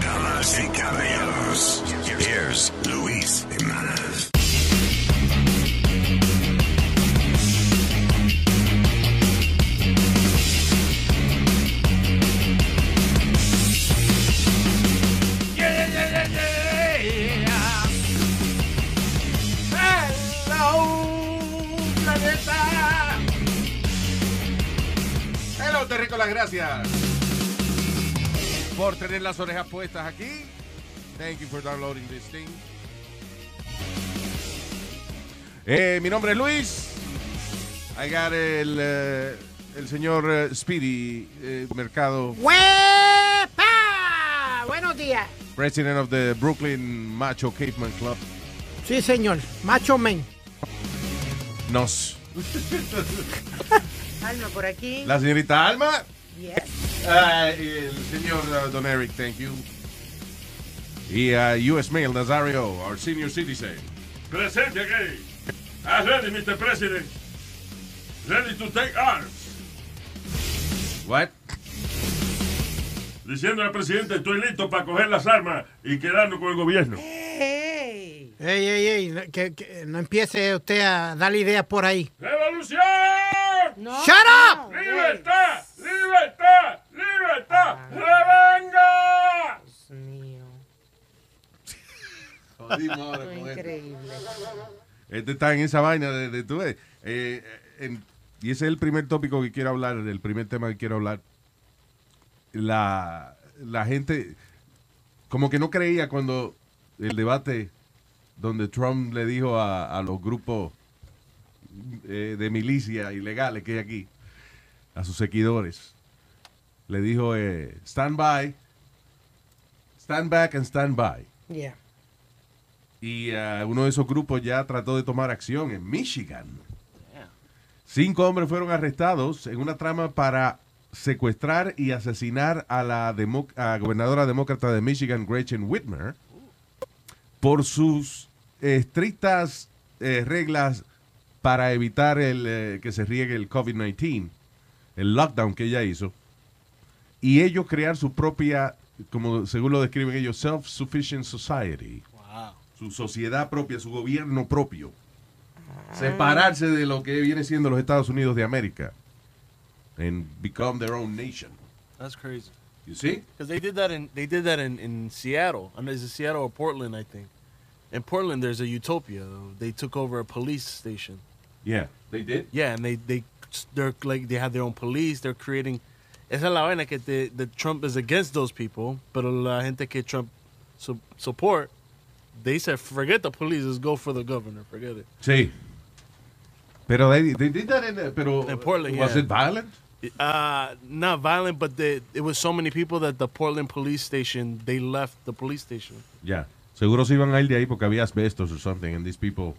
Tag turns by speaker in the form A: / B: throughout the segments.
A: Damas y caballeros, here's Luis Jimenez.
B: ¡Hello, planeta! Hello, Terrico, las gracias por tener las orejas puestas aquí. Thank you for downloading this thing. Eh, mi nombre es Luis. I got el, eh, el señor eh, Speedy eh, Mercado,
C: ¡Huepa! Buenos días.
B: president of the Brooklyn Macho Caveman Club.
C: Sí, señor. Macho Men.
B: Nos.
C: Alma por aquí.
B: La señorita Alma.
C: Yes.
B: Ah, el señor uh, Don Eric, thank you. Y a U.S. Mail Nazario, our senior citizen.
D: Presente aquí. I'm ready, Mr. President. Ready to take arms.
B: What?
D: Diciendo al presidente, estoy listo para coger las armas y quedarnos con el gobierno.
C: Ey, ey, ey. no- Que, que no empiece usted a darle ideas por ahí.
D: ¡Revolución!
C: ¡Shut up!
D: ¡Libertad! ¡Libertad! ¡Libertad! ¡Revenga!
B: Este está en esa vaina de, de- tú ves, eh, en- y ese es el primer tópico que quiero hablar, el primer tema que quiero hablar. La, la gente como que no creía cuando el debate donde Trump le dijo a, a los grupos eh, de milicia ilegales que hay aquí, a sus seguidores, le dijo, eh, stand by, stand back and stand by.
C: Yeah.
B: Y ah, uno de esos grupos ya trató de tomar acción en Michigan. Cinco hombres fueron arrestados en una trama para secuestrar y asesinar a la democ- a gobernadora demócrata de Michigan, Gretchen Whitmer, por sus estrictas eh, reglas para evitar el, eh, que se riegue el COVID-19, el lockdown que ella hizo, y ellos crear su propia, como según lo describen ellos, self-sufficient society su sociedad propia, su gobierno propio. Separarse de lo que viene siendo los Estados Unidos de América. And become their own nation.
E: That's crazy.
B: You see?
E: Because they did that in they did that in, in Seattle. I know it's in Seattle or Portland, I think. In Portland, there's a utopia. They took over a police station.
B: Yeah. They did?
E: Yeah, and they they they're like they have their own police. They're creating. Esa es la vaina que the, the Trump is against those people, pero la gente que Trump su, support, they said forget the police, just go for the governor. Forget it.
B: Sí. Pero they, they did that in, uh, pero
E: In Portland,
B: was
E: yeah.
B: it violent?
E: Uh, not violent, but the, it was so many people that the Portland police station they left the police station.
B: Yeah. Seguro se iban a ir de ahí porque había asbestos or something and these people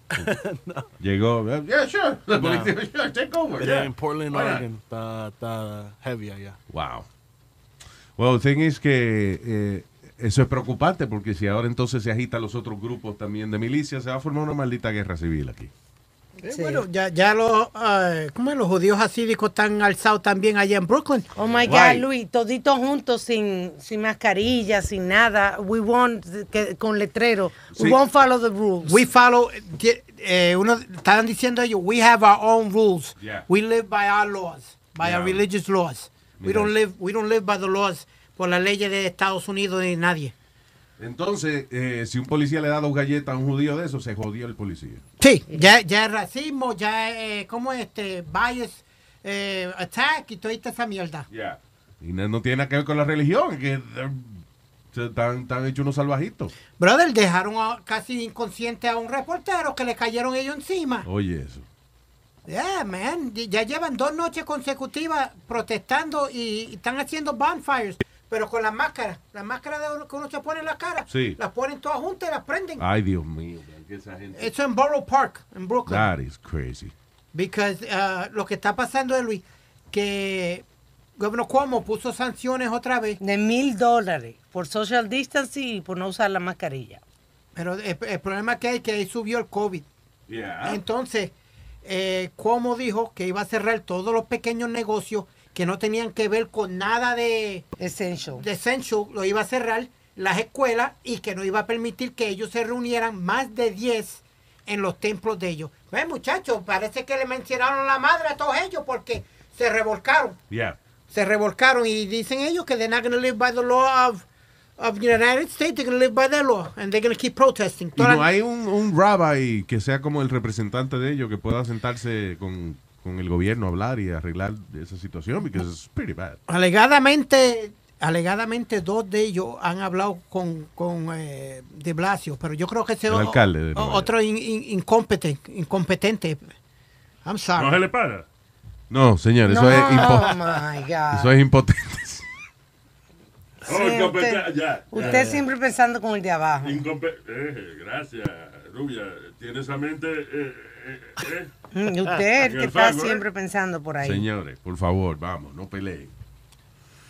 B: llegó, "Uh, yeah, sure. The
E: No.
B: police- sure, take over.
E: Pero
B: yeah."
E: en Portland,
B: Why not?
E: Oregon, está, está heavy allá.
B: Wow. Well, the thing is que eh, eso es preocupante porque si ahora entonces se agitan los otros grupos también de milicias, se va a formar una maldita guerra civil aquí.
C: Eh, Bueno, ya, ya los, eh, ¿cómo es? los judíos asídicos están alzados también allá en Brooklyn.
F: Oh my
B: Why?
F: God, Luis, toditos juntos, sin, sin mascarilla, sin nada. We want, que- con letrero.
B: Sí.
F: We won't follow the rules.
C: We follow, eh, eh, uno, estaban diciendo ellos, we have our own rules.
B: Yeah.
C: We live by our laws, by
B: Yeah.
C: our religious laws. We
B: Mira
C: don't,
B: eso.
C: live, we don't live by the laws por las leyes de Estados Unidos ni nadie.
B: Entonces, eh, si un policía le da dos galletas a un judío de eso, se jodió el policía.
C: Sí, ya, ya es racismo, ya es, ¿cómo es este? Bias, eh, attack y toda esta esa mierda.
B: Y no, no tiene nada que ver con la religión, que eh, se están, están hechos unos salvajitos.
C: Brother, dejaron a- casi inconsciente a un reportero que le cayeron ellos encima.
B: Oye, eso.
C: Yeah, man. Ya llevan dos noches consecutivas protestando y, y están haciendo bonfires pero con las máscaras. Las máscaras de uno- que uno se pone en la cara,
B: Sí. Ah.
C: las ponen todas juntas y las prenden.
B: Ay, Dios mío, man, que esa gente.
C: Eso en Borough Park, en Brooklyn.
B: That is crazy.
C: Because uh, lo que está pasando es, Luis, que Gobernador Cuomo puso sanciones otra vez,
F: De mil dólares por social distancing y por no usar la mascarilla.
C: pero el, el problema que hay es que ahí subió el COVID.
B: Yeah.
C: Entonces, eh, Cuomo dijo que iba a cerrar todos los pequeños negocios que no tenían que ver con nada de,
F: Essential.
C: de Essential, lo iba a cerrar las escuelas y que no iba a permitir que ellos se reunieran más de 10 en los templos de ellos. Pues muchachos, parece que le mencionaron la madre a todos ellos porque se revolcaron.
B: Yeah.
C: se revolcaron y dicen ellos que they're not going to live by the law of of the United States, they're going to live by their law and they're going to keep protesting.
B: Y no hay un, un rabbi que sea como el representante de ellos que pueda sentarse con, con el gobierno a hablar y arreglar esa situación, porque es pretty bad.
C: Alegadamente, alegadamente dos de ellos han hablado con, con eh, De Blasio, pero yo creo que ese
B: El
C: o-
B: alcalde de
C: o-
B: Nueva York.
C: otro in- in- incompetente, incompetente. I'm
D: No se
C: sorry.
D: le para.
B: No, señor, eso
F: no,
B: es
F: oh
B: impotente.
F: my God.
B: Eso es impotente.
F: Sí,
D: Oh,
F: usted-
D: incompetente. Ya.
F: Usted siempre pensando con el de abajo.
D: Incompe- eh, gracias, Rubia. Tiene esa mente. eh, eh, eh.
F: Mm, Usted
D: Y
F: que
D: el
F: está
D: fango, ¿eh?
F: siempre pensando por ahí.
B: Señores, por favor, vamos, no peleen.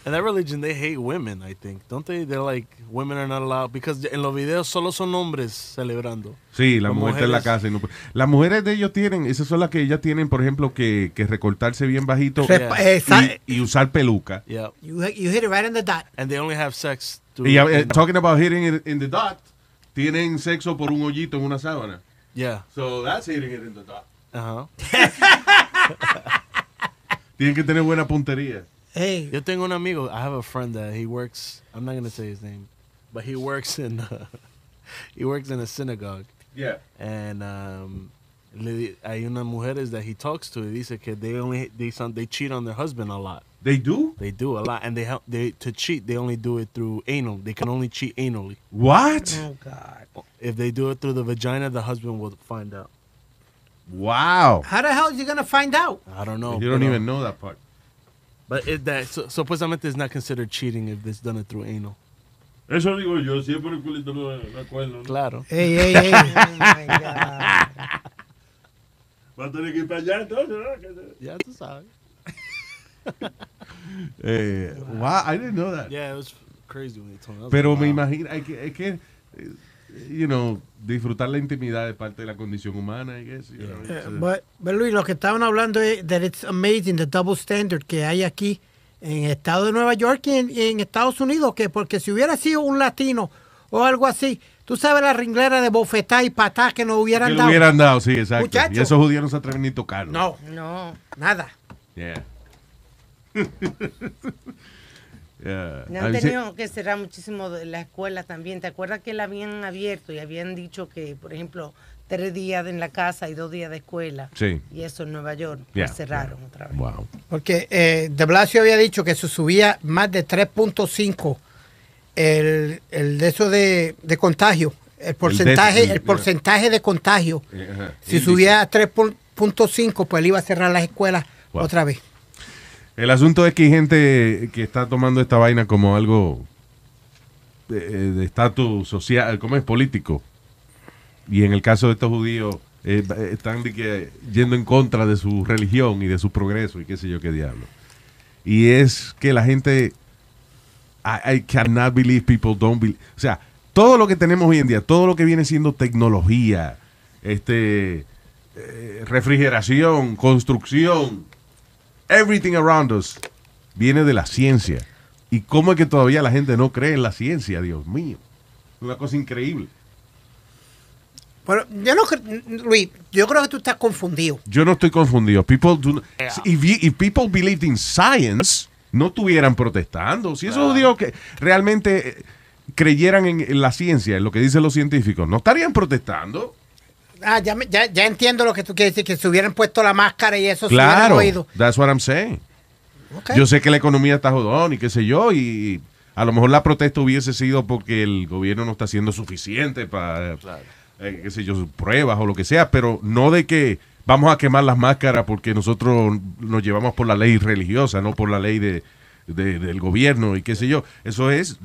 E: And that religion, they hate women, I think. Don't they? They're like, women are not allowed. Because en los videos solo son hombres celebrando.
B: Sí, la
E: Las
B: mujer está en la
E: mujeres-
B: casa. Y no puede- Las mujeres de ellos tienen, esas son las que ellas tienen, por ejemplo, que, que recortarse bien bajito
C: Rep-
E: Yeah.
C: esa-
B: y, y usar peluca.
E: Yeah.
C: you, you hit it right in the dot.
E: And they only have sex through.
B: Y eh, talking about hitting it in the dot, tienen sexo por un hoyito en una sábana.
E: Yeah. uh-huh.
B: So that's hitting it in the dot.
E: Ajá.
B: Tienen que tener buena puntería.
C: Hey,
E: Yo tengo un amigo. I have a friend that he works. I'm not gonna say his name, but he works in. Uh, he works in a synagogue,
B: Yeah.
E: and um, le, di- hay unas mujeres that he talks to. He dice que they only they son, they cheat on their husband a lot.
B: They do?
E: They do a lot, and they help they to cheat. They only do it through anal. They can only cheat anally.
B: What?
F: Oh God.
E: If they do it through the vagina, the husband will find out.
B: Wow.
C: how the hell is you going to find out?
E: I don't know.
B: you don't
E: pero-
B: even know that part.
E: But it, that so, supuestamente it's not considered cheating if it's done it through anal.
D: Eso digo yo, si es por el culito no no acuerdo. ¿no?
E: Claro.
C: Hey, hey, hey.
F: Oh my God.
D: Va a tener que ir para allá entonces, ¿no? Que se-
E: Yeah, it's sorry.
B: Eh, wow, I didn't know that.
E: Yeah, it was crazy when he told me. I was
B: Pero
E: like,
B: me
E: wow.
B: imagino, hay que, hay que, eh, you know, disfrutar la intimidad de parte de la condición humana, I guess. you know, it's,
C: Eh,
B: uh,
C: but- Pero Luis, lo que estaban hablando es that it's amazing the double standard que hay aquí en el estado de Nueva York y en, y en Estados Unidos, que porque si hubiera sido un latino o algo así, tú sabes la ringlera de bofetá y patá que nos
B: que
C: hubieran
B: lo
C: dado.
B: hubieran dado, sí, exacto.
C: Muchacho.
B: Y esos judíos no se atreven ni a tocarlo.
C: No,
F: No.
C: nada.
B: Yeah. yeah.
F: Le
B: A
F: han
B: mí se-
F: tenido que cerrar muchísimo de la escuela también. ¿Te acuerdas que la habían abierto y habían dicho que, por ejemplo, tres días en la casa y dos días de escuela?
B: Sí.
F: Y eso en Nueva York. pues,
B: Yeah,
F: cerraron
B: yeah.
F: otra vez.
B: Wow.
C: Porque eh, de Blasio había dicho que se subía más de 3.5 el, el de eso de, de contagio, el porcentaje,
B: déficit,
C: el
B: yeah.
C: porcentaje de contagio.
B: Eh, ajá.
C: Si
B: Índice.
C: subía a 3.5, pues él iba a cerrar las escuelas
B: Wow.
C: otra vez.
B: El asunto es que hay gente que está tomando esta vaina como algo de- de estatus social, ¿cómo es? Político. Y en el caso de estos judíos, eh, va- eh, están de que yendo en contra de su religión y de su progreso y qué sé yo qué diablo. Y es que la gente, I, I cannot believe people don't believe. O sea, todo lo que tenemos hoy en día, todo lo que viene siendo tecnología, este, eh, refrigeración, construcción, everything around us viene de la ciencia. ¿Y cómo es que todavía la gente no cree en la ciencia? Dios mío. Una cosa increíble.
C: Bueno, yo no cre- Luis, yo creo que tú estás confundido.
B: Yo no estoy confundido. People do not- if, you- if people believed in science, no estuvieran protestando. Si esos judíos que realmente eh, creyeran en, en la ciencia, en lo que dicen los científicos, no estarían protestando.
C: Ah, ya, me- ya, ya entiendo lo que tú quieres decir, que se hubieran puesto la máscara y eso
B: Claro.
C: se hubieran oído.
B: That's what I'm saying.
C: Ok.
B: Yo sé que la economía está jodón y qué sé yo, y a lo mejor la protesta hubiese sido porque el gobierno no está haciendo suficiente para, eh, qué sé yo, sus pruebas o lo que sea, pero no de que vamos a quemar las máscaras porque nosotros nos llevamos por la ley religiosa, no por la ley de, de- del gobierno y qué sé yo. Eso es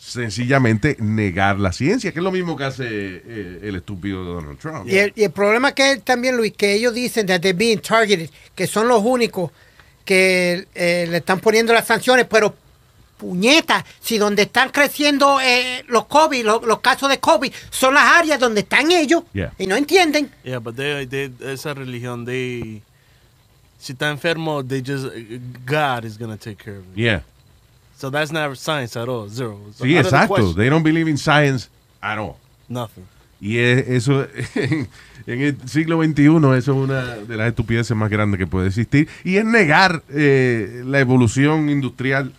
B: sencillamente negar la ciencia, que es lo mismo que hace eh, el estúpido Donald Trump.
C: Y el, y el problema que él también, Luis, que ellos dicen that they're being targeted, que son los únicos que eh, le están poniendo las sanciones, pero puñeta, si donde están creciendo eh, los COVID, lo- los casos de COVID, son las áreas donde están ellos
B: Yeah.
C: y no entienden.
E: Yeah, but they, they, esa religión, they, si está enfermo, they just, God is going to take care of it.
B: Yeah.
E: So that's not science at all, zero. It's
B: Sí,
E: out of the
B: exacto.
E: question.
B: They don't believe in science at all.
E: Nothing.
B: Y e- eso, en el siglo XXI, eso es una de las estupideces más grandes que puede existir. Y es negar eh, la evolución industrial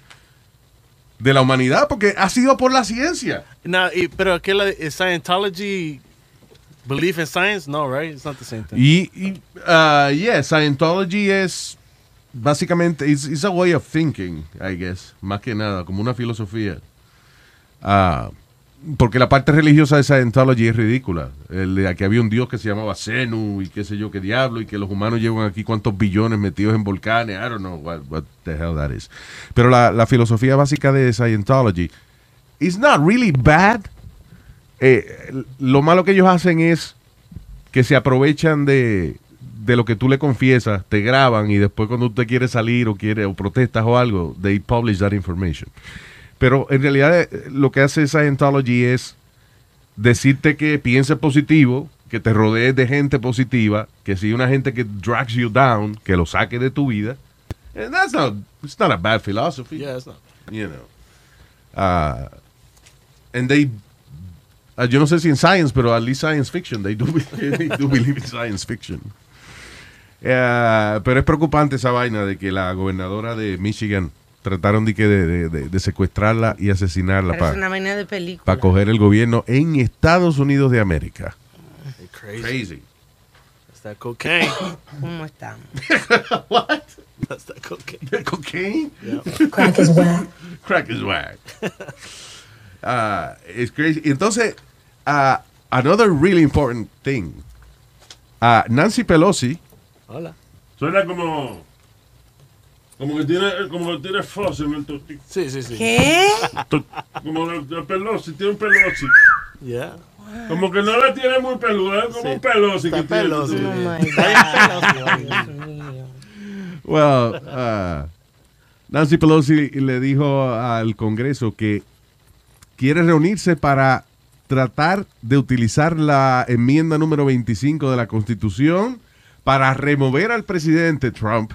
B: de la humanidad, porque ha sido por la ciencia.
E: Now, eh, pero aquella, is Scientology belief in science? No, right? It's not the same thing.
B: Y, y ah, yeah, Scientology es básicamente, it's, it's a way of thinking, I guess, más que nada, como una filosofía. Ah, porque la parte religiosa de Scientology es ridícula. El de que había un dios que se llamaba Zenu y qué sé yo qué diablo y que los humanos llevan aquí cuántos billones metidos en volcanes. I don't know what, what the hell that is. Pero la, la filosofía básica de Scientology is not really bad. Eh, lo malo que ellos hacen es que se aprovechan de, de lo que tú le confiesas, te graban y después cuando usted quiere salir o quiere o protestas o algo, they publish that information. Pero en realidad eh, lo que hace Scientology es decirte que pienses positivo, que te rodees de gente positiva, que si una gente que drags you down, que lo saque de tu vida. And that's not, it's not a bad philosophy
E: Yeah, it's not.
B: you know. Uh, and they, uh, yo no sé si en science, pero at least science fiction, they do, they do believe in science fiction. Eh, pero es preocupante esa vaina de que la gobernadora de Michigan trataron de, que de, de- de- de secuestrarla y asesinarla
F: Parece
B: para
F: una vaina de película.
B: coger el gobierno en Estados Unidos de América.
E: They crazy.
B: Crazy.
E: That's that cocaine.
F: ¿Cómo estamos?
E: That's that cocaine.
B: Cocaine.
G: Crack is whack.
B: Crack is whack. Ah, it's crazy. Entonces, ah, another really important thing. Ah, Nancy Pelosi,
E: Hola.
D: Suena como. Como que tiene, como que tiene fósforo en el totico.
E: Sí, sí, sí.
F: ¿Qué?
D: Como de, de Pelosi, tiene un Pelosi.
E: Yeah.
D: Como que no la tiene muy peluda, es como
E: Sí,
D: un Pelosi que
E: Está
D: tiene.
E: peloso.
F: Oh
E: yeah.
F: my God. Dios mío.
B: well, ah, Nancy Pelosi le dijo al Congreso que quiere reunirse para tratar de utilizar la enmienda número 25 de la Constitución para remover al presidente Trump,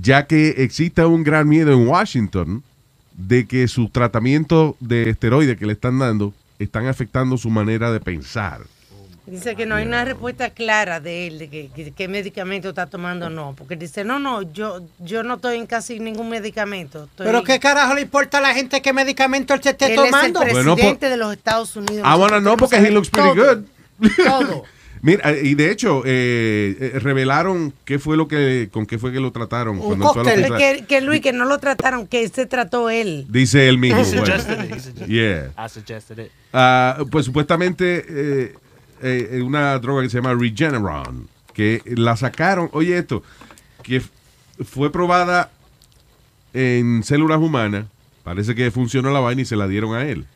B: ya que exista un gran miedo en Washington de que su tratamiento de esteroides que le están dando están afectando su manera de pensar.
F: Dice que no hay una respuesta clara de él, de que- que- qué medicamento está tomando o no. Porque dice, no, no, yo, yo no estoy en casi ningún medicamento. estoy-
C: Pero qué carajo le importa a la gente qué medicamento él se esté
F: él
C: tomando.
F: es el
B: Bueno,
F: presidente
B: por-
F: de los Estados Unidos.
B: Ah, bueno, no,
F: Nosotros
B: porque he looks
F: tenemos
B: pretty
F: todo,
B: good.
F: Todo.
B: Mira, eh, y de hecho, eh, eh, revelaron qué fue lo que, con qué fue que lo trataron.
C: Un
B: cuando entró a la
C: cóctel.
F: Pero
B: oficina.
F: que, que Luis, que no lo trataron, que se trató él.
B: Dice él mismo.
E: He
B: bueno.
E: suggested it. He suggested
B: Yeah.
E: it. I suggested it.
B: Ah, pues supuestamente eh, eh, una droga que se llama Regeneron, que la sacaron, oye esto, que f- fue probada en células humanas, parece que funcionó la vaina y se la dieron a él.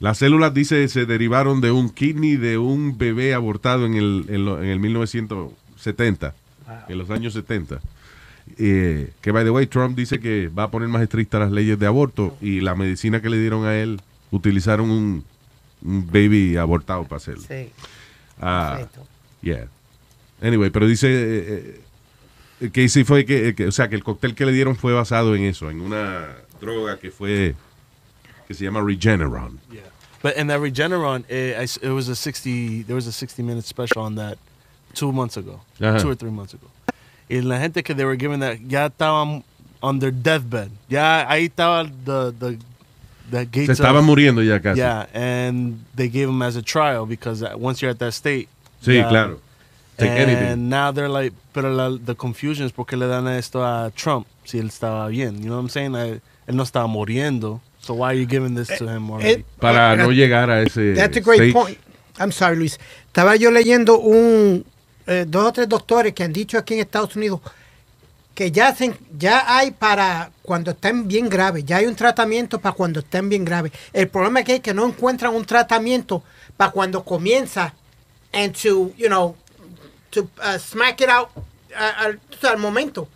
B: Las células, dice, se derivaron de un kidney de un bebé abortado en el, en lo- en el 1970, en los años 70. Eh, que, by the way, Trump dice que va a poner más estrictas las leyes de aborto y la medicina que le dieron a él, utilizaron un, un baby abortado para hacerlo.
F: Sí,
B: Ah,
F: perfecto.
B: Yeah. Anyway, pero dice eh, eh, que sí fue que, que- o sea, que el cóctel que le dieron fue basado en eso, en una droga que fue que se llama Regeneron.
E: Yeah. But in that Regeneron, eh, I s- it, was a 60. There was a 60 minute special on that two months ago,
B: Ajá.
E: two or three months ago. Y la gente que they were giving that ya estaban on their deathbed. Ya ahí estaba the the the gates.
B: Se estaba
E: of-
B: muriendo ya casi.
E: Yeah, and they gave him as a trial because uh, once you're at that state.
B: Sí,
E: ya-
B: claro. Take
E: and
B: anything.
E: now they're like, pero la, the confusion is porque le dan esto a Trump si él estaba bien. You know what I'm saying? Eh, él no estaba muriendo. So why are you giving this to him already?
C: eh,
B: Para no llegar a ese
C: That's a great
B: eh, stage.
C: point. I'm sorry, Luis. Estaba yo leyendo un eh, dos o tres doctores que han dicho aquí en Estados Unidos que ya, se- ya hay para cuando estén bien graves, ya hay un tratamiento para cuando estén bien graves. El problema es que, que no encuentran un tratamiento para cuando comienza and to, you know, to uh, smack it out uh, al, tú sabes, al momento.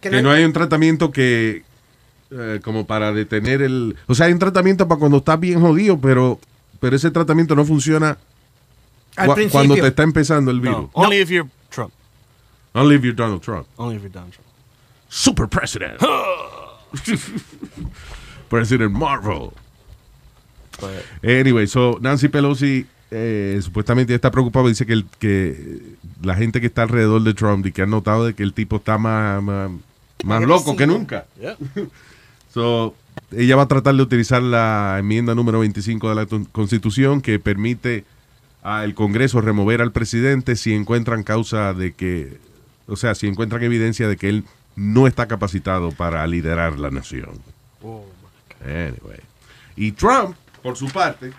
B: Que no hay un tratamiento que. eh, como para detener el. O sea, hay un tratamiento para cuando estás bien jodido, pero, pero ese tratamiento no funciona
C: Al
B: cua-
C: principio.
B: cuando te está empezando el virus.
E: No, only if you're Trump.
B: I'll leave you Donald Trump.
E: Only if you're Donald Trump.
B: Super President. President Marvel.
E: But
B: Anyway, so Nancy Pelosi eh, supuestamente está preocupada. Dice que, el- que la gente que está alrededor de Trump y que han notado de que el tipo está más, más, más loco que nunca.
E: yeah.
B: So, ella va a tratar de utilizar la enmienda número 25 de la tu- Constitución que permite al Congreso remover al presidente si encuentran causa de que, o sea, si encuentran evidencia de que él no está capacitado para liderar la nación. Anyway. Y Trump, por su parte,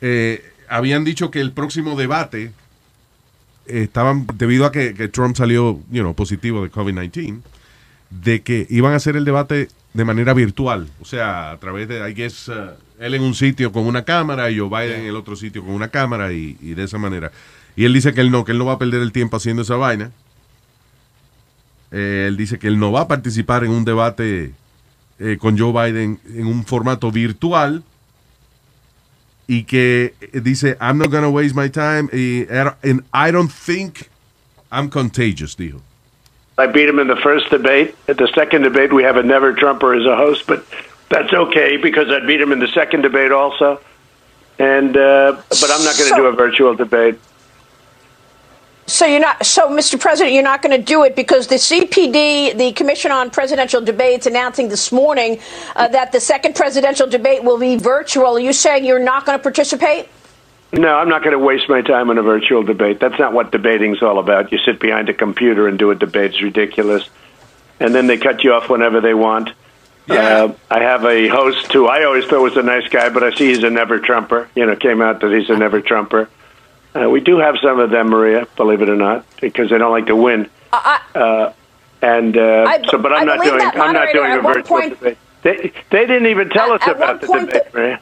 B: eh, habían dicho que el próximo debate eh, estaban, debido a que, que Trump salió you know, positivo de COVID-19, de que iban a hacer el debate de manera virtual, o sea, a través de, I guess, uh, él en un sitio con una cámara y Joe Biden en el otro sitio con una cámara y, y de esa manera. Y él dice que él no, que él no va a perder el tiempo haciendo esa vaina. Eh, él dice que él no va a participar en un debate eh, con Joe Biden en un formato virtual y que eh, dice, I'm not gonna waste my time y, and I don't think I'm contagious, dijo.
G: I beat him in the first debate. At the second debate, we have a never Trumper as a host, but that's okay because I beat him in the second debate also. And uh, but I'm not going to do a virtual debate.
H: So you're not. So, Mr. President, you're not going to do it because the CPD, the Commission on Presidential Debates, announcing this morning uh, that the second presidential debate will be virtual. Are you saying you're not going to participate?
G: No, I'm not going to waste my time on a virtual debate. That's not what debating's all about. You sit behind a computer and do a debate. It's ridiculous. And then they cut you off whenever they want. Uh, I have a host who I always thought was a nice guy, but I see he's a never Trumper. You know, came out that he's a never Trumper. Uh, we do have some of them, Maria, believe it or not, because they don't like to win. Uh, and uh,
H: I-
G: so, but
H: I
G: I'm not
H: believe
G: doing.
H: that,
G: I'm not
H: moderator.
G: doing a
H: At one
G: virtual
H: point-
G: debate. They, they didn't even tell
H: At-
G: us
H: at one
G: about the
H: point
G: debate,
H: the-
G: Maria.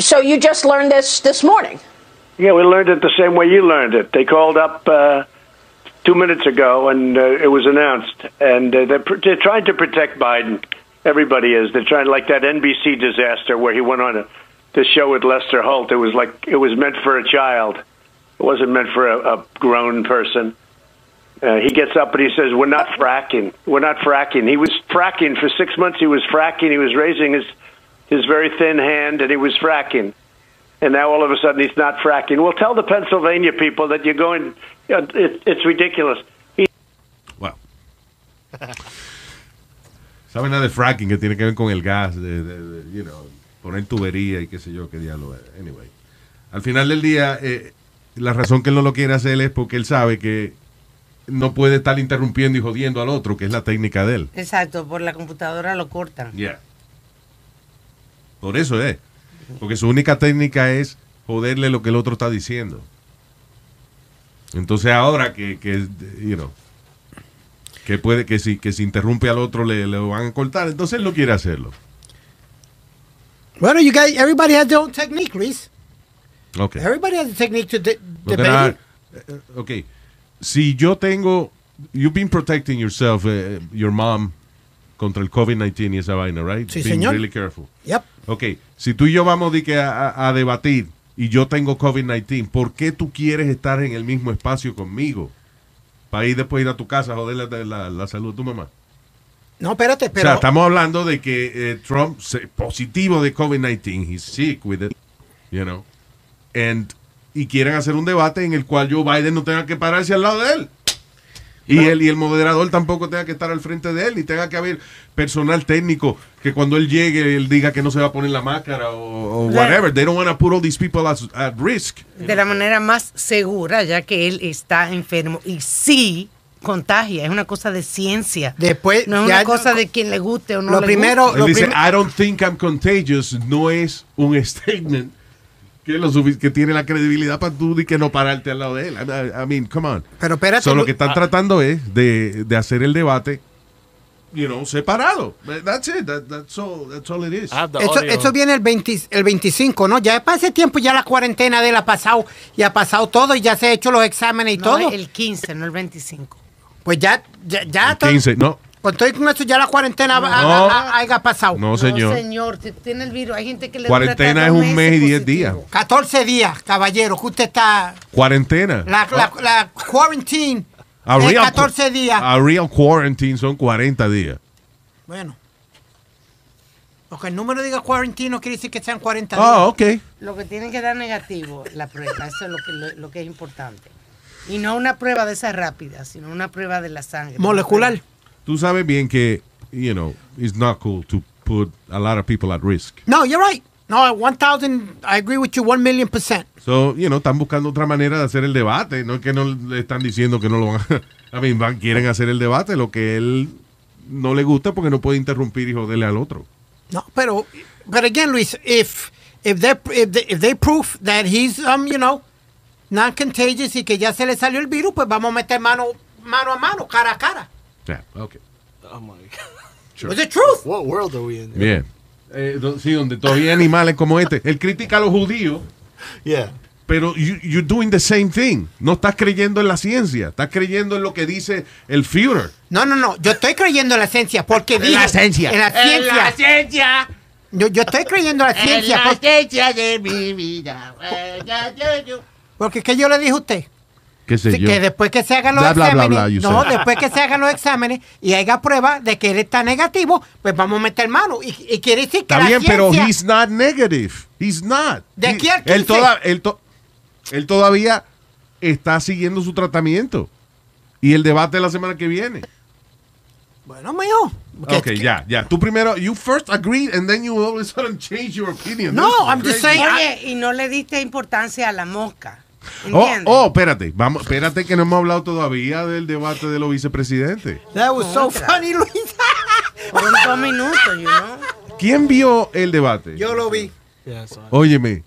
H: So you just learned this this morning.
G: Yeah, we learned it the same way you learned it. They called up uh, two minutes ago, and uh, it was announced. And uh, they're, pr- they're trying to protect Biden. Everybody is. They're trying, like that NBC disaster where he went on a, the show with Lester Holt. It was like it was meant for a child. It wasn't meant for a, a grown person. Uh, he gets up and he says, "We're not fracking. We're not fracking." He was fracking for six months. He was fracking. He was raising his his very thin hand, and he was fracking and now all of a sudden he's not fracking. Well, tell the Pennsylvania people that you're going. you know, It, it's ridiculous. He
B: Wow. ¿Saben nada de fracking que tiene que ver con el gas, de, de- de, you know, poner tubería y qué sé yo, qué diablo? es? Anyway, al final del día, eh, la razón que él no lo quiere hacer es porque él sabe que no puede estar interrumpiendo y jodiendo al otro, que es la técnica de él.
F: Exacto, por la computadora lo cortan.
B: Yeah. Por eso es. Porque su única técnica es joderle lo que el otro está diciendo. Entonces ahora que, que you know, que puede, que si, que si interrumpe al otro le, le van a cortar, entonces él no quiere hacerlo.
C: Bueno, you guys, everybody has their own technique, Luis.
B: Ok.
C: Everybody has a technique to de-
B: No te
C: debate.
B: la- eh, ok. Si yo tengo, you've been protecting yourself, eh, your mom, contra el COVID-19 y esa vaina, right?
C: Sí,
B: Being
C: señor.
B: really careful.
C: Yep.
B: Ok, si tú y yo vamos di que, a, a- a debatir y yo tengo COVID-19, ¿por qué tú quieres estar en el mismo espacio conmigo? Para ir después ir a tu casa a joder la, la- la salud de tu mamá.
C: No, espérate,
B: o sea,
C: pero
B: estamos hablando de que eh, Trump se- positivo de COVID-19, he's sick with it, you know, and, y quieren hacer un debate en el cual Joe Biden no tenga que pararse al lado de él. Y él y el moderador tampoco tenga que estar al frente de él y tenga que haber personal técnico que cuando él llegue él diga que no se va a poner la máscara o, o
F: La-
B: whatever. They don't want to put all these people at, at risk.
F: De la manera más segura, ya que él está enfermo y sí contagia. Es una cosa de ciencia.
C: Después,
F: no es
C: ya
F: una
C: no-
F: cosa de quien le guste o no
C: lo
F: le
C: primero-
F: guste.
B: Él
C: Lo
B: dice,
C: prim-
B: I don't think I'm contagious, no es un statement que, lo sufic- que tiene la credibilidad para tú y que no pararte al lado de él. I, I mean, come on.
C: Pero espérate,
B: So, lo
C: Lu-
B: que están
C: ah.
B: tratando es de, de hacer el debate, you know, separado. That's it. That- that's, all, that's all it is.
E: I have the
C: Eso,
E: audio.
C: eso viene el, 20 el 25, ¿no? Ya para ese tiempo ya la cuarentena de él ha pasado y ha pasado todo y ya se ha hecho los exámenes y
F: No,
C: todo.
F: El 15, no el 25.
C: Pues ya, ya, ya todo-
B: 15, no.
C: con todo y con eso ya la cuarentena ha- ha-
B: No.
C: ha- haya pasado.
B: No, señor.
F: No, señor, si tiene el virus, hay gente que le
B: Cuarentena es
F: dura hasta dos
B: un mes y
F: meses
B: 10 días.
F: positivo.
C: 14 días, caballero, que usted está...
B: Cuarentena. Ah,
C: La, la, la quarantine
B: A
C: es
B: Ah. real pues. Ah. cu-
C: 14 días.
B: A real quarantine son 40 días.
C: Bueno. Porque el número diga quarantine no quiere decir que sean 40 días.
B: Ah, ok.
F: Lo que tienen que dar negativo, la prueba, eso es lo que, lo, lo que es importante. Y no una prueba de esas rápidas, sino una prueba de la sangre.
C: Molecular.
B: Tú sabes bien que, you know, it's not cool to put a lot of people at risk.
C: No, you're right. No, 1,000, I agree with you 1 million percent.
B: So, you know, están buscando otra manera de hacer el debate. No es que no le están diciendo que no lo van a... I mean, van- quieren hacer el debate, lo que él no le gusta porque no puede interrumpir y joderle al otro.
C: No, pero, but again, Luis, if if they if they, if they prove that he's um you know non-contagious y que ya se le salió el virus, pues vamos a meter mano mano a mano, cara a cara.
B: Yeah, ok.
E: Oh my god.
C: It's the truth.
E: What world are we in?
B: Bien. Eh, do- sí, donde todavía hay animales como este. Él critica a los judíos,
E: Yeah.
B: pero you, you're doing the same thing. No estás creyendo en la ciencia, estás creyendo en lo que dice el Führer.
C: No, no, no. Yo estoy creyendo en la ciencia porque dijo-
B: la ciencia.
C: En la ciencia.
I: ciencia,
C: Yo, yo estoy creyendo en la ciencia porque,
I: ciencia de mi vida.
C: porque ¿qué yo le dije a usted?
B: ¿Qué sé
C: Sí,
B: yo?
C: que después que se hagan los
B: Bla, bla, bla,
C: exámenes,
B: bla, you
C: no,
B: said.
C: después que se hagan los exámenes y haya prueba de que él está negativo, pues vamos a meter mano. Y, y quiere decir que
B: Está
C: la
B: bien, pero
C: ciencia-
B: he's not negative. He's not.
C: De
B: He-
C: aquí al
B: él,
C: 15.
B: toda- él to- él todavía está siguiendo su tratamiento. Y el debate de la semana que viene.
C: Bueno, mijo. que-
B: ok, ya, ya. Tú primero, you first agreed and then you all of a sudden change your opinion.
C: No,
B: This is
C: I'm just
B: crazy.
C: saying-
F: Oye, y no le diste importancia a la mosca.
B: Oh,
F: ¿Entiendes?
B: oh, espérate, vamos, espérate que no hemos hablado todavía del debate de los vicepresidentes.
C: That was so funny, Luis.
F: Fueron dos minutos, you know.
B: ¿Quién vio el debate?
C: Yo lo vi.
E: Yeah. So I,
B: Óyeme,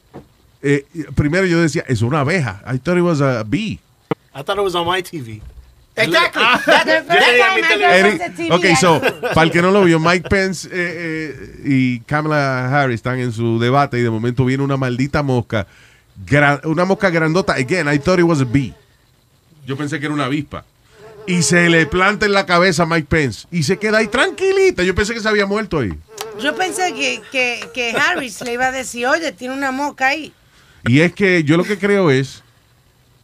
B: eh, primero yo decía, es una abeja. I thought it was a bee.
E: I thought it was on my TV.
C: Exactly.
B: Eric- ok, so, para el que no lo vio, Mike Pence eh, eh, y Kamala Harris están en su debate y de momento viene una maldita mosca, gran- una mosca grandota. Again, I thought it was a bee. Yo pensé que era una avispa. Y se le planta en la cabeza a Mike Pence y se queda ahí tranquilita. Yo pensé que se había muerto ahí.
F: Yo pensé que, que, que Harris le iba a decir, oye, tiene una mosca ahí.
B: Y es que yo lo que creo es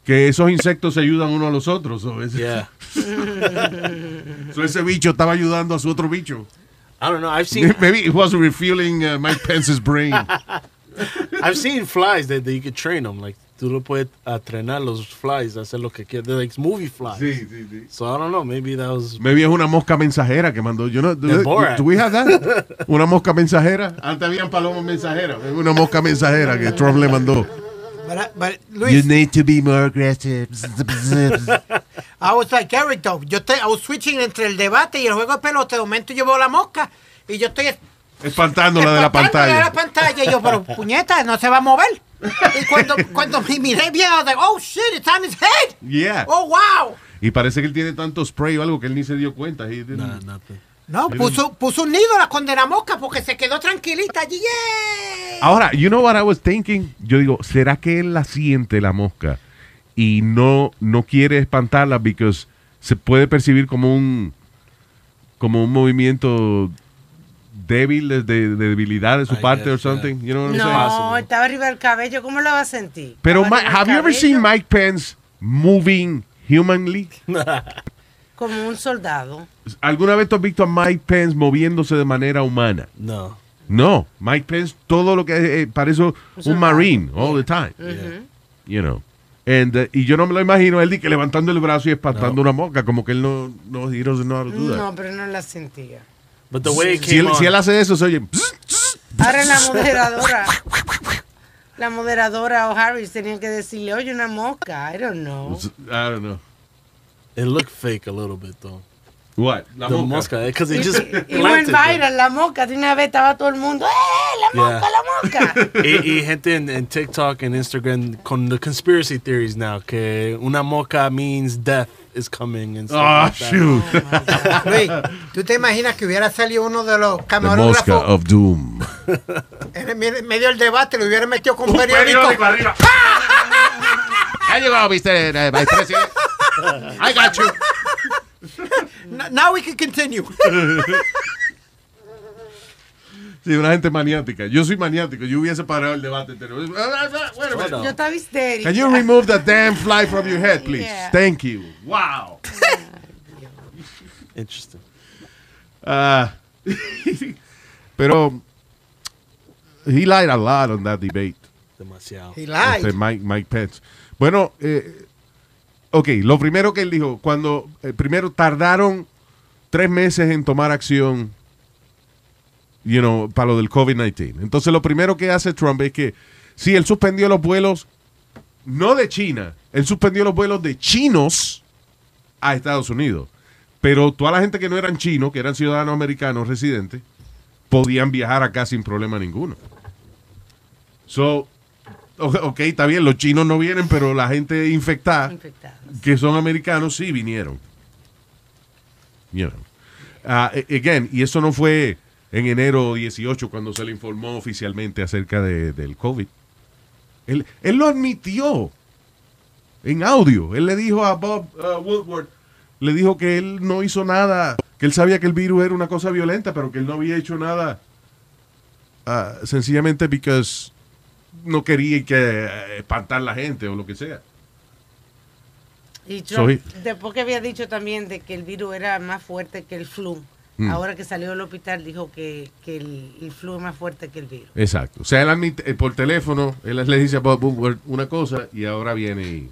B: que esos insectos se ayudan uno a los otros. ¿o ves?
E: Yeah.
B: So, ese bicho estaba ayudando a su otro bicho.
E: I don't know. I've seen
B: Maybe it was refueling uh, Mike Pence's brain.
E: I've seen flies that, that you could train them. Like tú lo puedes a entrenar los flies a hacer lo que quieras. They're like movie flies. So I don't know. Maybe that was.
B: Maybe es una mosca mensajera que mandó. Yo no, do,
E: The Borat.
B: do we have that? Una mosca mensajera. Antes habían palomas mensajeras. Es Una mosca mensajera que Trump le mandó.
C: But, but, Luis,
B: need to be more aggressive.
C: I was like Eric, though. Yo estoy, I was switching entre el debate y el juego de pelota. De momento yo veo la mosca y yo estoy
B: Espantándola de la
C: espantándole a
B: pantalla.
C: la pantalla. Y yo, pero puñeta, no se va a mover. Y cuando, cuando me miré bien, I was like, oh shit, it's on his head.
B: Yeah.
C: Oh, wow.
B: Y parece que él tiene tanto spray o algo que él ni se dio cuenta. He didn't-
E: Nah, nothing.
C: No, puso, puso un nido a la condena mosca porque se quedó tranquilita allí. ¡Yay!
B: Ahora, you know what I was thinking? Yo digo, ¿será que él la siente la mosca y no no quiere espantarla because se puede percibir como un como un movimiento débil de, de- de debilidad de su
E: I
B: parte
E: guess,
B: or something, you know what I'm saying?
F: No, estaba arriba del cabello, ¿cómo la va a sentir?
B: Pero Ma-
F: Estaba arriba del
B: have you ever
F: cabello
B: seen Mike Pence moving humanly?
F: Como un soldado.
B: ¿Alguna vez tú has visto a Mike Pence moviéndose de manera humana?
E: No.
B: No, Mike Pence todo lo que eh, parece un marine all the time. you know. And, uh, y yo no me lo imagino a él de que levantando el brazo y espantando una mosca, como que él no, no he doesn't know how to do that.
F: No, pero no la sentía.
E: But the way it
B: si,
E: came
B: él,
E: on,
B: si él hace eso, se oye. "Bzz".
F: Ahora la moderadora. La moderadora o Harris tenían que decirle, oye,
E: Pues,
F: una mosca, I don't know.
B: I don't know.
E: it looked fake a little bit though.
B: What? La
E: the
B: mosca.
E: mosca, because it just
F: Y
E: planted.
F: went
E: them.
F: viral, la mosca. De una vez estaba todo el mundo, ¡eh, la mosca,
E: Yeah.
F: la mosca!
E: y, y E, gente en, en TikTok and Instagram con the conspiracy theories now que una moca means death is coming and stuff
B: Ah,
E: like that.
B: shoot.
C: Luis, ¿tú te imaginas que hubiera salido uno Ah, de los
B: The mosca
C: camarógrafos
B: of doom.
C: en el me- medio del debate, lo hubiera metido con
D: Un
C: periódico?
D: periódico arriba.
I: There you go, Mr. Uh, Vice President. I got you.
C: N- Now we can continue.
B: Sí, una gente maniática. Yo soy maniático. Yo hubiese parado el debate entero. Wait a minute.
F: Yo estaba histérica.
B: Can you remove that damn fly from your head, please?
F: Yeah.
B: Thank you. Wow.
E: Interesting.
B: Ah. pero he lied a lot on that debate.
E: Demasiado.
C: He
B: Este,
C: lied.
B: Mike, Mike Pence. Bueno, eh, ok, lo primero que él dijo, cuando eh, primero tardaron tres meses en tomar acción, you know, para lo del COVID-19. Entonces lo primero que hace Trump es que, sí, él suspendió los vuelos, no de China, él suspendió los vuelos de chinos a Estados Unidos. Pero toda la gente que no eran chinos, que eran ciudadanos americanos residentes, podían viajar acá sin problema ninguno. So, o- ok, está bien, los chinos no vienen, pero la gente infectada,
F: Infectada.
B: que son americanos, sí vinieron. You know. Ah, a- again, y eso no fue en enero 18 cuando se le informó oficialmente acerca de- del COVID. Él, él lo admitió en audio. Él le dijo a Bob uh, Woodward, le dijo que él no hizo nada, que él sabía que el virus era una cosa violenta, pero que él no había hecho nada ah, sencillamente because no quería que eh, espantar la gente o lo que sea.
F: Y Trump,
B: Soy-
F: después que había dicho también de que el virus era más fuerte que el flu,
E: Hmm.
B: Mm.
F: ahora que salió del hospital dijo que, que el, el flu es más fuerte que el virus.
B: Exacto. O sea, él admite- eh, por teléfono, él le dice a Bob Woodward una cosa y ahora viene y,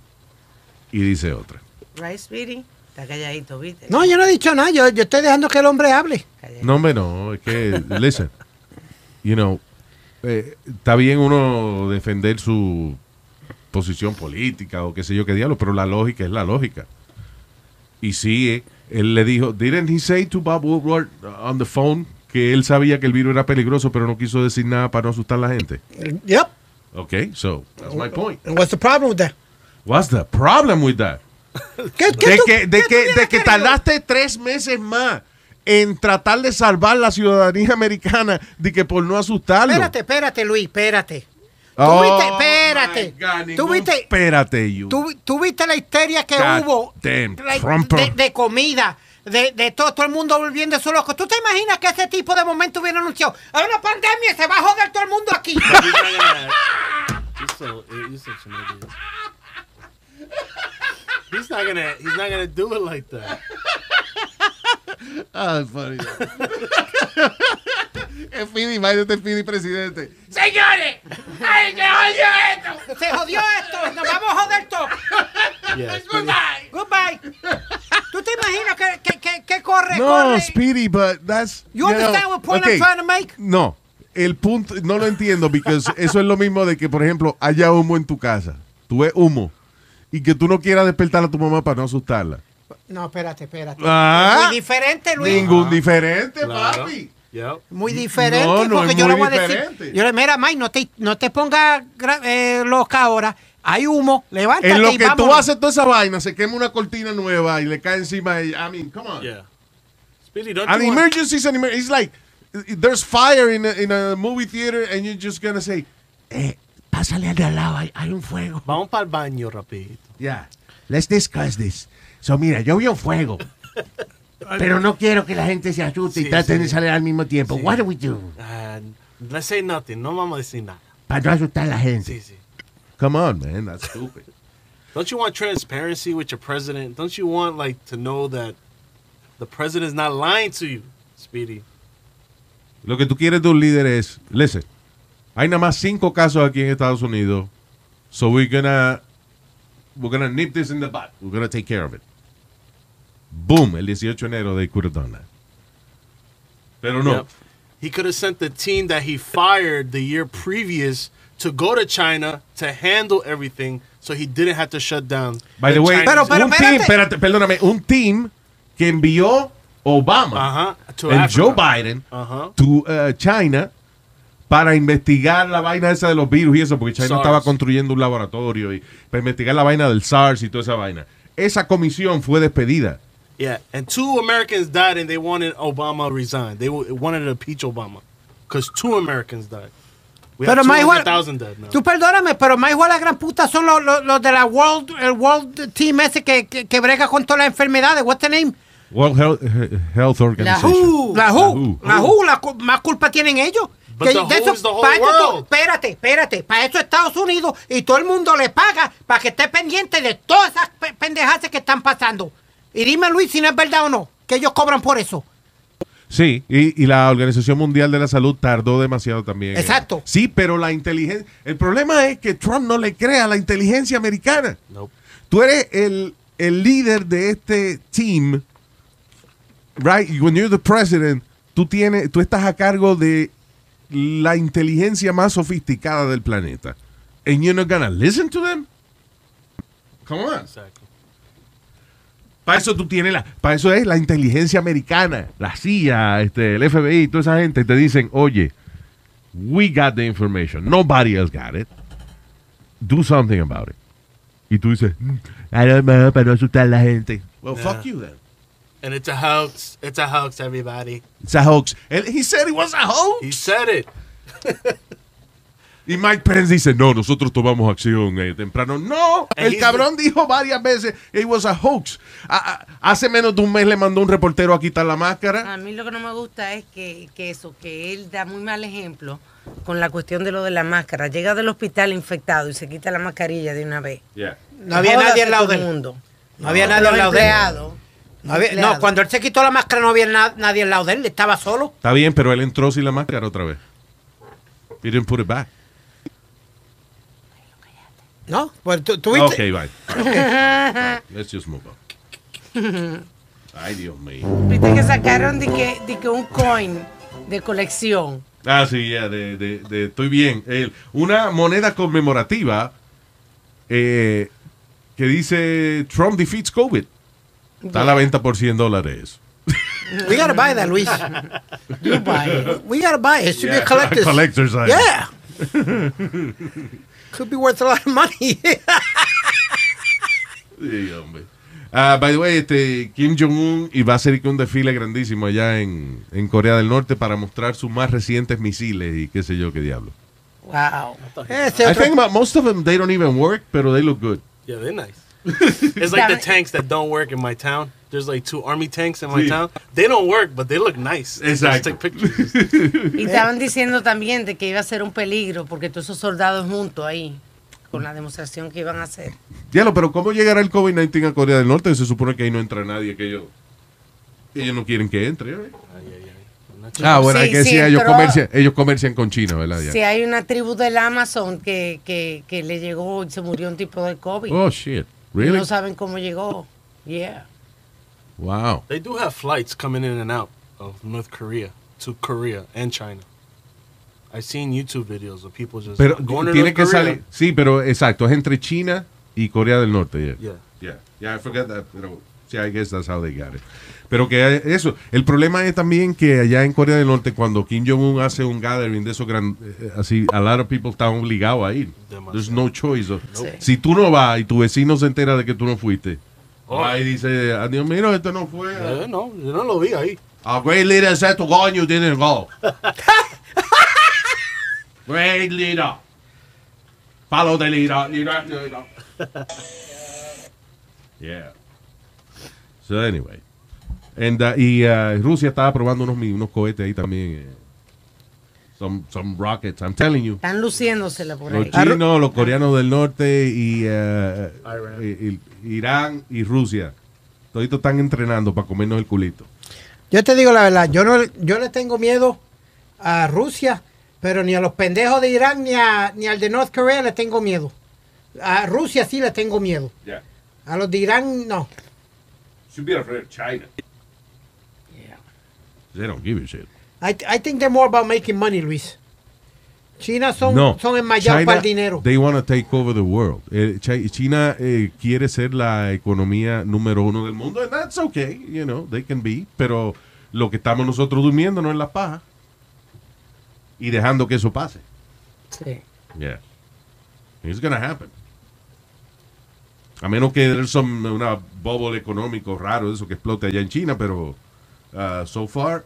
B: y dice otra.
F: Right, Speedy? Está calladito, ¿viste?
C: No, yo no he dicho nada. Yo, yo estoy dejando que el hombre hable.
F: Calladito.
B: No, hombre, no, es que, listen, you know, eh, está bien uno defender su posición política o qué sé yo qué diablo, pero la lógica es la lógica. Y sí, eh, él le dijo, didn't he say to Bob Woodward uh, on the phone que él sabía que el virus era peligroso, pero no quiso decir nada para no asustar a la gente?
C: Yep.
B: Ok, so, that's my point.
C: And what's the problem with that?
B: What's the problem with that?
C: ¿Qué, qué
B: de
C: tú-
B: que, de que,
C: qué tú
B: de
C: tienes
B: que
C: ver?
B: tardaste tres meses más en tratar de salvar la ciudadanía americana de que por no asustarlo.
C: Espérate, espérate, Luis, espérate. Tú
B: Oh,
C: viste,
B: my
C: espérate.
B: God, ningún-
C: Tú viste,
B: Espérate, you.
C: tú, tú viste la histeria que
B: God
C: hubo
B: damn
C: like,
B: Trumper.
C: de, de comida, de, de todo, todo el mundo volviendo su loco. ¿Tú te imaginas que ese tipo de momento hubiera anunciado? Hay una pandemia, se va a joder todo el mundo aquí.
E: You're so you're such an idiot. He's not gonna he's not gonna do it like that.
I: Ah, funny. Es Fidi, imagínate Fidi presidente. Señores, hay que oír esto.
C: se jodió esto, nos vamos a joder todo.
E: Yeah.
I: Goodbye.
C: Goodbye. ¿Tú te imaginas que, que, que, que corre,
B: no,
C: corre?
B: Speedy, but that's.
C: You understand what point
B: okay.
C: I'm trying to make?
B: No, el punto, no lo entiendo, porque eso es lo mismo de que, por ejemplo, haya humo en tu casa. Tú ves humo. Y que tú no quieras despertar a tu mamá para no asustarla.
C: No, espérate, espérate.
B: Ah.
C: muy diferente, Luis.
B: Ningún diferente,
E: Claro.
B: papi.
E: Yep.
C: Muy diferente,
B: No, no,
C: porque
B: es
C: yo le
B: muy
C: voy a decir.
B: diferente.
C: Yo le, mira, Mike, no te, no te pongas gra- eh, loca ahora. Hay humo, levántate
B: En lo
C: y
B: que tú
C: vámonos.
B: haces toda esa vaina, se quema una cortina nueva y le cae encima. de ella. I mean, come on.
E: Yeah. Speedy, don't
B: An
E: you want-
B: emergency is an emergency. It's like eh, there's fire in a, in a movie theater and you're just gonna say,
I: Eh, pásale al de al lado, hay, hay un fuego.
E: Vamos para el baño rapidito.
I: Yeah. Let's discuss this. So, mira, yo vi un fuego. Pero no quiero que la gente se asuste
E: Sí,
I: y traten
E: sí.
I: de salir al mismo tiempo.
E: Sí.
I: What do we do?
E: And let's say nothing. No vamos a decir nada.
I: Para no asustar a la gente.
E: Sí, sí.
B: come on, man, that's stupid.
E: Don't you want transparency with your president? Don't you want like to know that the president's not lying to you, Speedy?
B: Lo que tú quieres de un líder es, listen, hay nada más cinco casos aquí en Estados Unidos, so we're gonna we're gonna nip this in the bud. We're gonna take care of it. Boom, el 18 de enero de Curitona. Pero Oh, no.
E: Yep. He could have sent the team that he fired the year previous to go to China to handle everything so he didn't have to shut down.
B: By the way,
E: Chinese-
C: Pero- pero
B: un team,
C: espérate.
B: espérate, perdóname, un team que envió Obama
E: Ajá, Uh-huh. to
B: and
E: Africa.
B: Joe Biden
E: Ajá.
B: to eh, China para investigar la vaina esa de los virus y eso, porque China
E: SARS.
B: estaba construyendo un laboratorio y para investigar la vaina del SARS y toda esa vaina. Esa comisión fue despedida.
E: Yeah, and two Americans died, and they wanted Obama to resign. They w- wanted to impeach Obama because two Americans died. We
C: Pero
E: have
C: más igual,
E: 200,000 dead now.
C: tú perdóname, pero más igual la gran puta son los, los, los de la World, el World Team ese que, que, que brega con todas las enfermedades. What's the name?
B: World Health, eh, Health
C: La
B: Organization.
C: WHO. La WHO.
B: La
C: La WHO. La cu- más culpa tienen ellos.
B: But the
C: de
B: WHO is the whole
C: para esto to-
B: world.
C: espérate, espérate. Para eso Estados Unidos y todo el mundo le paga para que esté pendiente de todas esas pe- pendejadas que están pasando. Y dime, Luis, si no es verdad o no, que ellos cobran por eso.
B: Sí, y, y la Organización Mundial de la Salud tardó demasiado también.
C: Exacto.
B: Sí, pero la inteligencia. El problema es que Trump no le crea a la inteligencia americana. Tú eres el, el líder de este team, right? When you're the president, tú, tienes, tú estás a cargo de la inteligencia más sofisticada del planeta. And you're not gonna listen to them? Come on. Para eso tú tienes la, para eso es la inteligencia americana, la CIA, este, el FBI, toda esa gente te dicen, oye, we got the information, nobody else got it, do something about it. Y tú dices, "Mm, I don't know, para no asustar a la gente. Well, fuck you then.
E: And it's a hoax. It's a hoax, everybody.
B: It's a hoax. And he said it was a hoax.
E: He said it.
B: Y Mike Pence dice, no, nosotros tomamos acción eh, temprano. No,
E: And
B: el
E: he's-
B: cabrón dijo varias veces, it was a hoax. A- a- hace menos de un mes le mandó un reportero a quitar la máscara.
F: A mí lo que no me gusta es que, que eso, que él da muy mal ejemplo con la cuestión de lo de la máscara. Llega del hospital infectado y se quita la mascarilla de una vez.
C: No había
F: Joda
C: nadie al
F: de
C: lado
F: todo
C: de
F: el
C: él.
F: mundo.
C: No había nadie al lado de él.
F: Empleado.
C: No, había- no,
F: Empleado.
C: cuando él se quitó la máscara no había na- nadie al lado de él, estaba solo.
B: Está bien, pero él entró sin la máscara otra vez. He didn't put it back.
C: ¿No? Pues tú, tú
B: Ok,
C: viste-
B: bye. Let's just move on. Ay, Dios mío.
F: Viste que sacaron de que, de que un coin de colección.
B: Ah, sí, ya, de, de- de- estoy bien. El- una moneda conmemorativa eh, que dice Trump defeats COVID. Está a la venta por 100 dólares.
C: We gotta buy that, Luis. You buy it. We gotta buy it. It should be a collector's.
B: collector's item.
C: Yeah. Could be worth a lot of money.
B: Sí, hombre. Ah, by the way, este, Kim Jong-un y va a hacer un desfile grandísimo allá en, en Corea del Norte para mostrar sus más recientes misiles y qué sé yo qué diablo.
F: Wow.
C: Ese
B: I
C: otro-
B: think about most of them, they don't even work, pero they look good.
E: Yeah, they're nice. it's like the tanks that don't work in my town. There's like two army tanks in my
B: Sí.
E: town. They don't work, but they look nice. Just
B: Exacto.
E: take pictures.
F: Y estaban diciendo también de que iba a ser un peligro porque todos esos soldados juntos ahí con la demostración que iban a hacer.
B: Diablo, pero ¿cómo llegará el COVID-19 a Corea del Norte? Se supone que ahí no entra nadie, que ellos, que ellos no quieren que entre. ¿eh? Ah, bueno,
F: Sí,
B: hay que
F: sí
B: decir, ellos,
F: entró.
B: comercian, ellos comercian con China, ¿verdad? Ah, Ya.
F: Si hay una tribu del Amazon que, que, que le llegó y se murió un tipo de COVID.
B: Oh, shit.
F: Y
B: Really?
F: No saben cómo llegó. Yeah.
B: Wow.
E: They do have flights coming in and out of North Korea to Korea and China. I've seen YouTube videos of people just
B: Pero
E: going to
B: tiene
E: North
B: que
E: Korea.
B: salir. Sí, pero exacto, es entre China y Corea del Norte. yeah.
E: Yeah.
B: Yeah, yeah, I forgot that, pero sí, I guess that's how they got it. Pero que eso, el problema es también que allá en Corea del Norte, cuando Kim Jong-un hace un gathering de esos gran, eh, así, a lot of people están obligados a ir. There's no choice. Si tú no vas y tu vecino se entera de que tú no fuiste, ahí dice, adiós, mira, esto no fue.
E: Oh. Yeah, no, yo no lo vi ahí.
B: A great leader said to go and you didn't go. great leader. Follow the leader. leader, leader. yeah. So anyway. And, uh, y uh, Rusia estaba probando unos, mi- unos cohetes ahí también. eh. Some, some rockets, I'm telling you.
F: Están luciéndosela por
B: Los
F: ahí.
B: chinos, los coreanos del norte y, eh, y- y- Irán y Rusia. Toditos están entrenando para comernos el culito.
C: Yo te digo la verdad, yo no, yo le tengo miedo a Rusia, pero ni a los pendejos de Irán ni, a, ni al de North Korea le tengo miedo. A Rusia sí le tengo miedo.
B: Yeah.
C: A los de Irán no.
B: Should be afraid of China. They don't give a shit.
C: I, I think they're more about making money, Luis. China son, son enmayados para el dinero.
B: They want to take over the world. Eh, Chi- China eh, quiere ser la economía número uno del mundo, and that's okay, you know, they can be, pero lo que estamos nosotros durmiendo no en la paja y dejando que eso pase.
F: Sí.
B: Yeah. It's gonna happen. A menos que there's some, una bubble económico raro, eso que explote allá en China, pero uh, so far,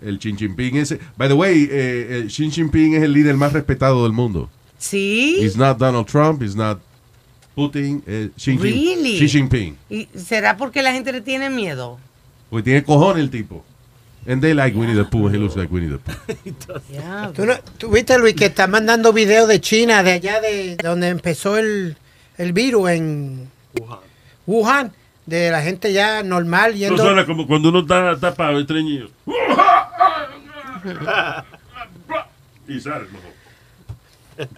B: el Xi Jinping ese. By the way, eh, el Xi Jinping es el líder más respetado del mundo.
F: Sí.
B: He's not Donald Trump, he's not Putin, eh, Xi, Jin-
F: Really?
B: Xi Jinping.
F: ¿Y será porque la gente le tiene miedo?
B: Porque tiene cojones el tipo. And they like Winnie the Pooh, he looks like Winnie the Pooh.
C: ¿Tú, no- tú viste, Luis, que están mandando videos de China, de allá de, de donde empezó el, el virus en Wuhan, de la gente ya normal
D: Eso
C: yendo.
D: suena como cuando uno está tapado, estreñido. Y sale, mejor.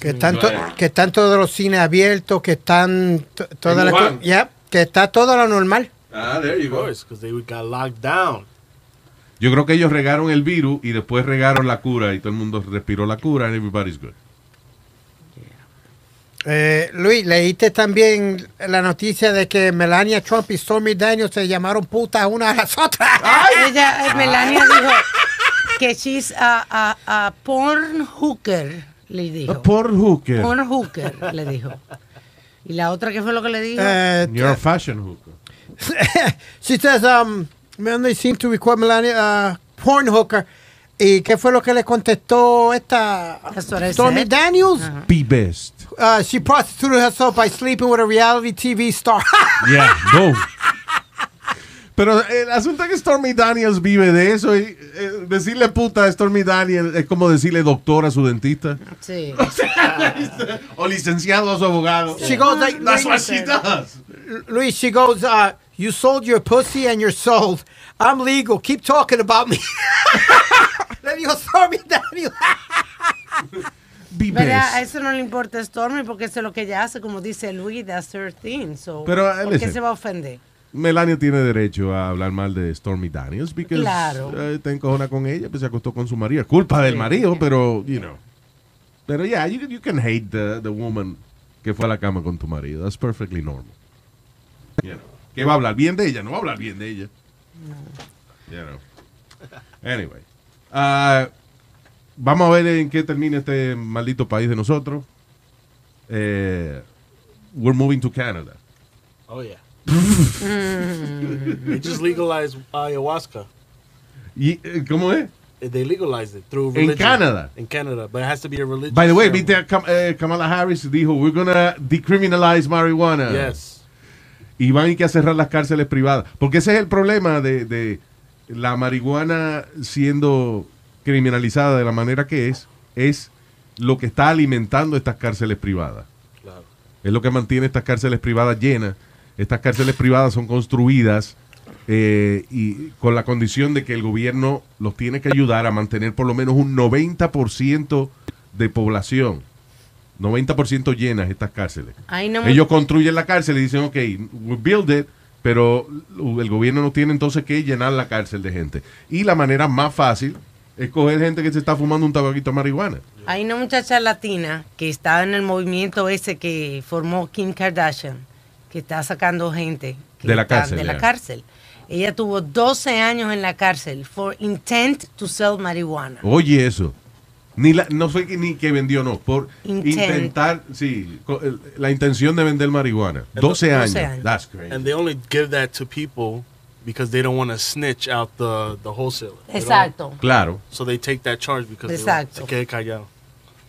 C: que están to- que están todos los cines abiertos, que están to- toda la
E: Wuhan.
C: co- ya, que está todo lo normal.
B: Ah, there you
E: go. because they got locked down.
B: Yo creo que ellos regaron el virus y después regaron la cura y todo el mundo respiró la cura and everybody's good.
C: Eh, Luis, leíste también la noticia de que Melania Trump y Stormy Daniels se llamaron putas una a las otras.
B: Ah.
F: Ella, eh, Melania dijo que she's a, a, a porn hooker, le dijo.
B: A porn hooker.
F: Porn hooker, le dijo. ¿Y la otra qué fue lo que le dijo?
C: Eh,
B: You're a fashion hooker.
C: She says, um, man, they seem to require Melania uh, porn hooker. ¿Y qué fue lo que le contestó esta
F: what I
C: Stormy
F: said.
C: Daniels?
B: Be best.
C: Uh, she prostituted herself by sleeping with a reality TV star.
B: Yeah, boom. Pero el asunto es que Stormy Daniels vive de eso y eh, decirle puta a Stormy Daniels es como decirle doctor a su dentista
F: Sí.
B: o licenciado a su abogado.
C: she goes like,
B: That's what
C: Luis,
B: she does.
C: Luis, she goes, uh, you sold your pussy and your soul. I'm legal. Keep talking about me. Le dijo Stormy Daniels.
B: Be
C: uh,
F: Pero
B: best.
F: a eso no le importa a Stormy porque eso es lo que ella hace, como dice Luis, that's her thing. So,
B: Pero, eh,
F: ¿Por qué
B: listen.
F: se va a ofender?
B: Melania tiene derecho a hablar mal de Stormy Daniels porque
F: Claro.
B: está encojona con ella, pues se acostó con su marido. Es culpa del marido, pero, you know. Pero yeah, you, you can hate the, the woman que fue a la cama con tu marido. That's perfectly normal. You know. ¿Qué va a hablar bien de ella? No va a hablar bien de ella. You know. Anyway. Ah, vamos a ver en qué termina este maldito país de nosotros. Eh, we're moving to Canada.
E: Oh, yeah.
B: Mm.
E: they just legalized ayahuasca.
B: ¿Y eh, cómo es?
E: They legalized it through
B: In
E: religion.
B: Canada?
E: In Canada. But it has to be a religion.
B: By the way, viste a Kam- eh, Kamala Harris dijo, we're gonna decriminalize marijuana.
E: Yes.
B: Y van a ir que a cerrar las cárceles privadas. Porque ese es el problema de, de la marihuana siendo criminalizada de la manera que es, es lo que está alimentando estas cárceles privadas.
E: Claro.
B: Es lo que mantiene estas cárceles privadas llenas. Estas cárceles privadas son construidas eh, y con la condición de que el gobierno los tiene que ayudar a mantener por lo menos un 90% de población. 90% llenas estas cárceles.
F: Ahí no me-
B: Ellos construyen la cárcel y dicen, ok, we build it, pero el gobierno no tiene entonces que llenar la cárcel de gente. Y la manera más fácil es coger gente que se está fumando un tabaquito de marihuana.
F: Hay una muchacha latina que estaba en el movimiento ese que formó Kim Kardashian, que está sacando gente que
B: De la
F: está-
B: cárcel,
F: De la
B: ya.
F: cárcel. Ella tuvo 12 años en la cárcel for intent to sell marihuana.
B: Oye eso. Ni la- no sé que- ni que vendió, no. Por
F: Intent.
B: intentar, sí, co- el- la intención de vender marihuana. 12 años.
F: años.
B: That's crazy.
E: And they only give that to people because they don't want to snitch out the, the wholesaler. They don't-
F: Exacto.
B: Claro,
E: So they take that charge because they don't-
F: Exacto.
E: se quede callado.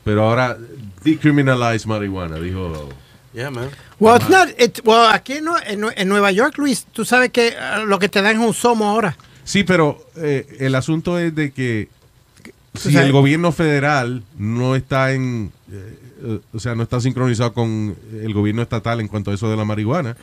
B: pero ahora decriminalize marihuana, dijo.
E: Yeah, man.
C: Well, it's not, it's, well, aquí en, Nue- en, Nue- en Nueva York, Luis, tú sabes que eh, lo que te dan es un somo ahora.
B: Sí, pero eh, el asunto es de que si
C: sabes-
B: el gobierno federal no está en, eh, eh, o sea, no está sincronizado con el gobierno estatal en cuanto a eso de la marihuana,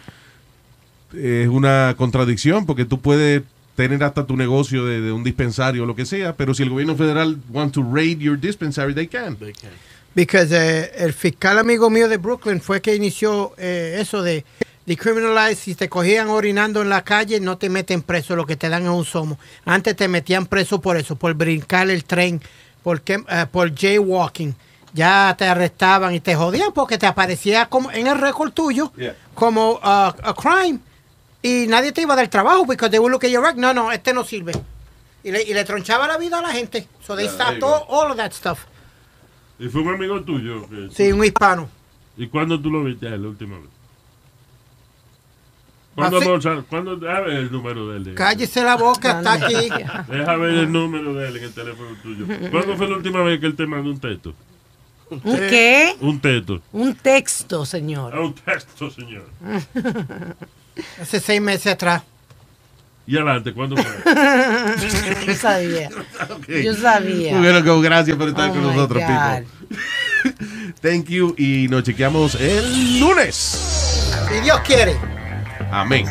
B: es una contradicción porque tú puedes tener hasta tu negocio de, de un dispensario o lo que sea, pero si el gobierno federal want to raid your dispensary, they can.
E: They can.
C: Because eh, el fiscal amigo mío de Brooklyn fue que inició eh, eso de decriminalize. Si te cogían orinando en la calle, no te meten preso. Lo que te dan es un somo. Antes te metían preso por eso, por brincar el tren, por, quem- eh, por jaywalking. Ya te arrestaban y te jodían porque te aparecía como en el récord tuyo
B: Yeah.
C: como ah, a crime. Y nadie te iba a dar trabajo porque they would look at your record. No, no, este no sirve. Y le, y le tronchaba la vida a la gente. So they
D: Yeah,
C: stopped
D: there you
C: all, all of that stuff.
D: Y fue un amigo tuyo. que-
C: Sí, un hispano.
D: ¿Y cuándo tú lo viste a él la última vez? ¿Cuándo,
C: Así-
D: vamos a- ¿cuándo deja ver el número de él?
C: Cállese la boca, está aquí.
D: Deja ver el número de él en el teléfono tuyo. ¿Cuándo fue la última vez que él te mandó un texto?
F: ¿Un qué?
D: Un texto.
F: Un texto, señor.
D: Ah, Un texto, señor.
C: Hace seis meses atrás.
D: Y adelante, ¿cuándo fue?
F: Yo sabía. Yo sabía.
B: Bueno, que gracias por estar
F: Oh
B: con
F: my
B: nosotros,
F: God.
B: Pipo. Thank you y nos chequeamos el lunes.
C: Si Dios quiere.
B: Amén.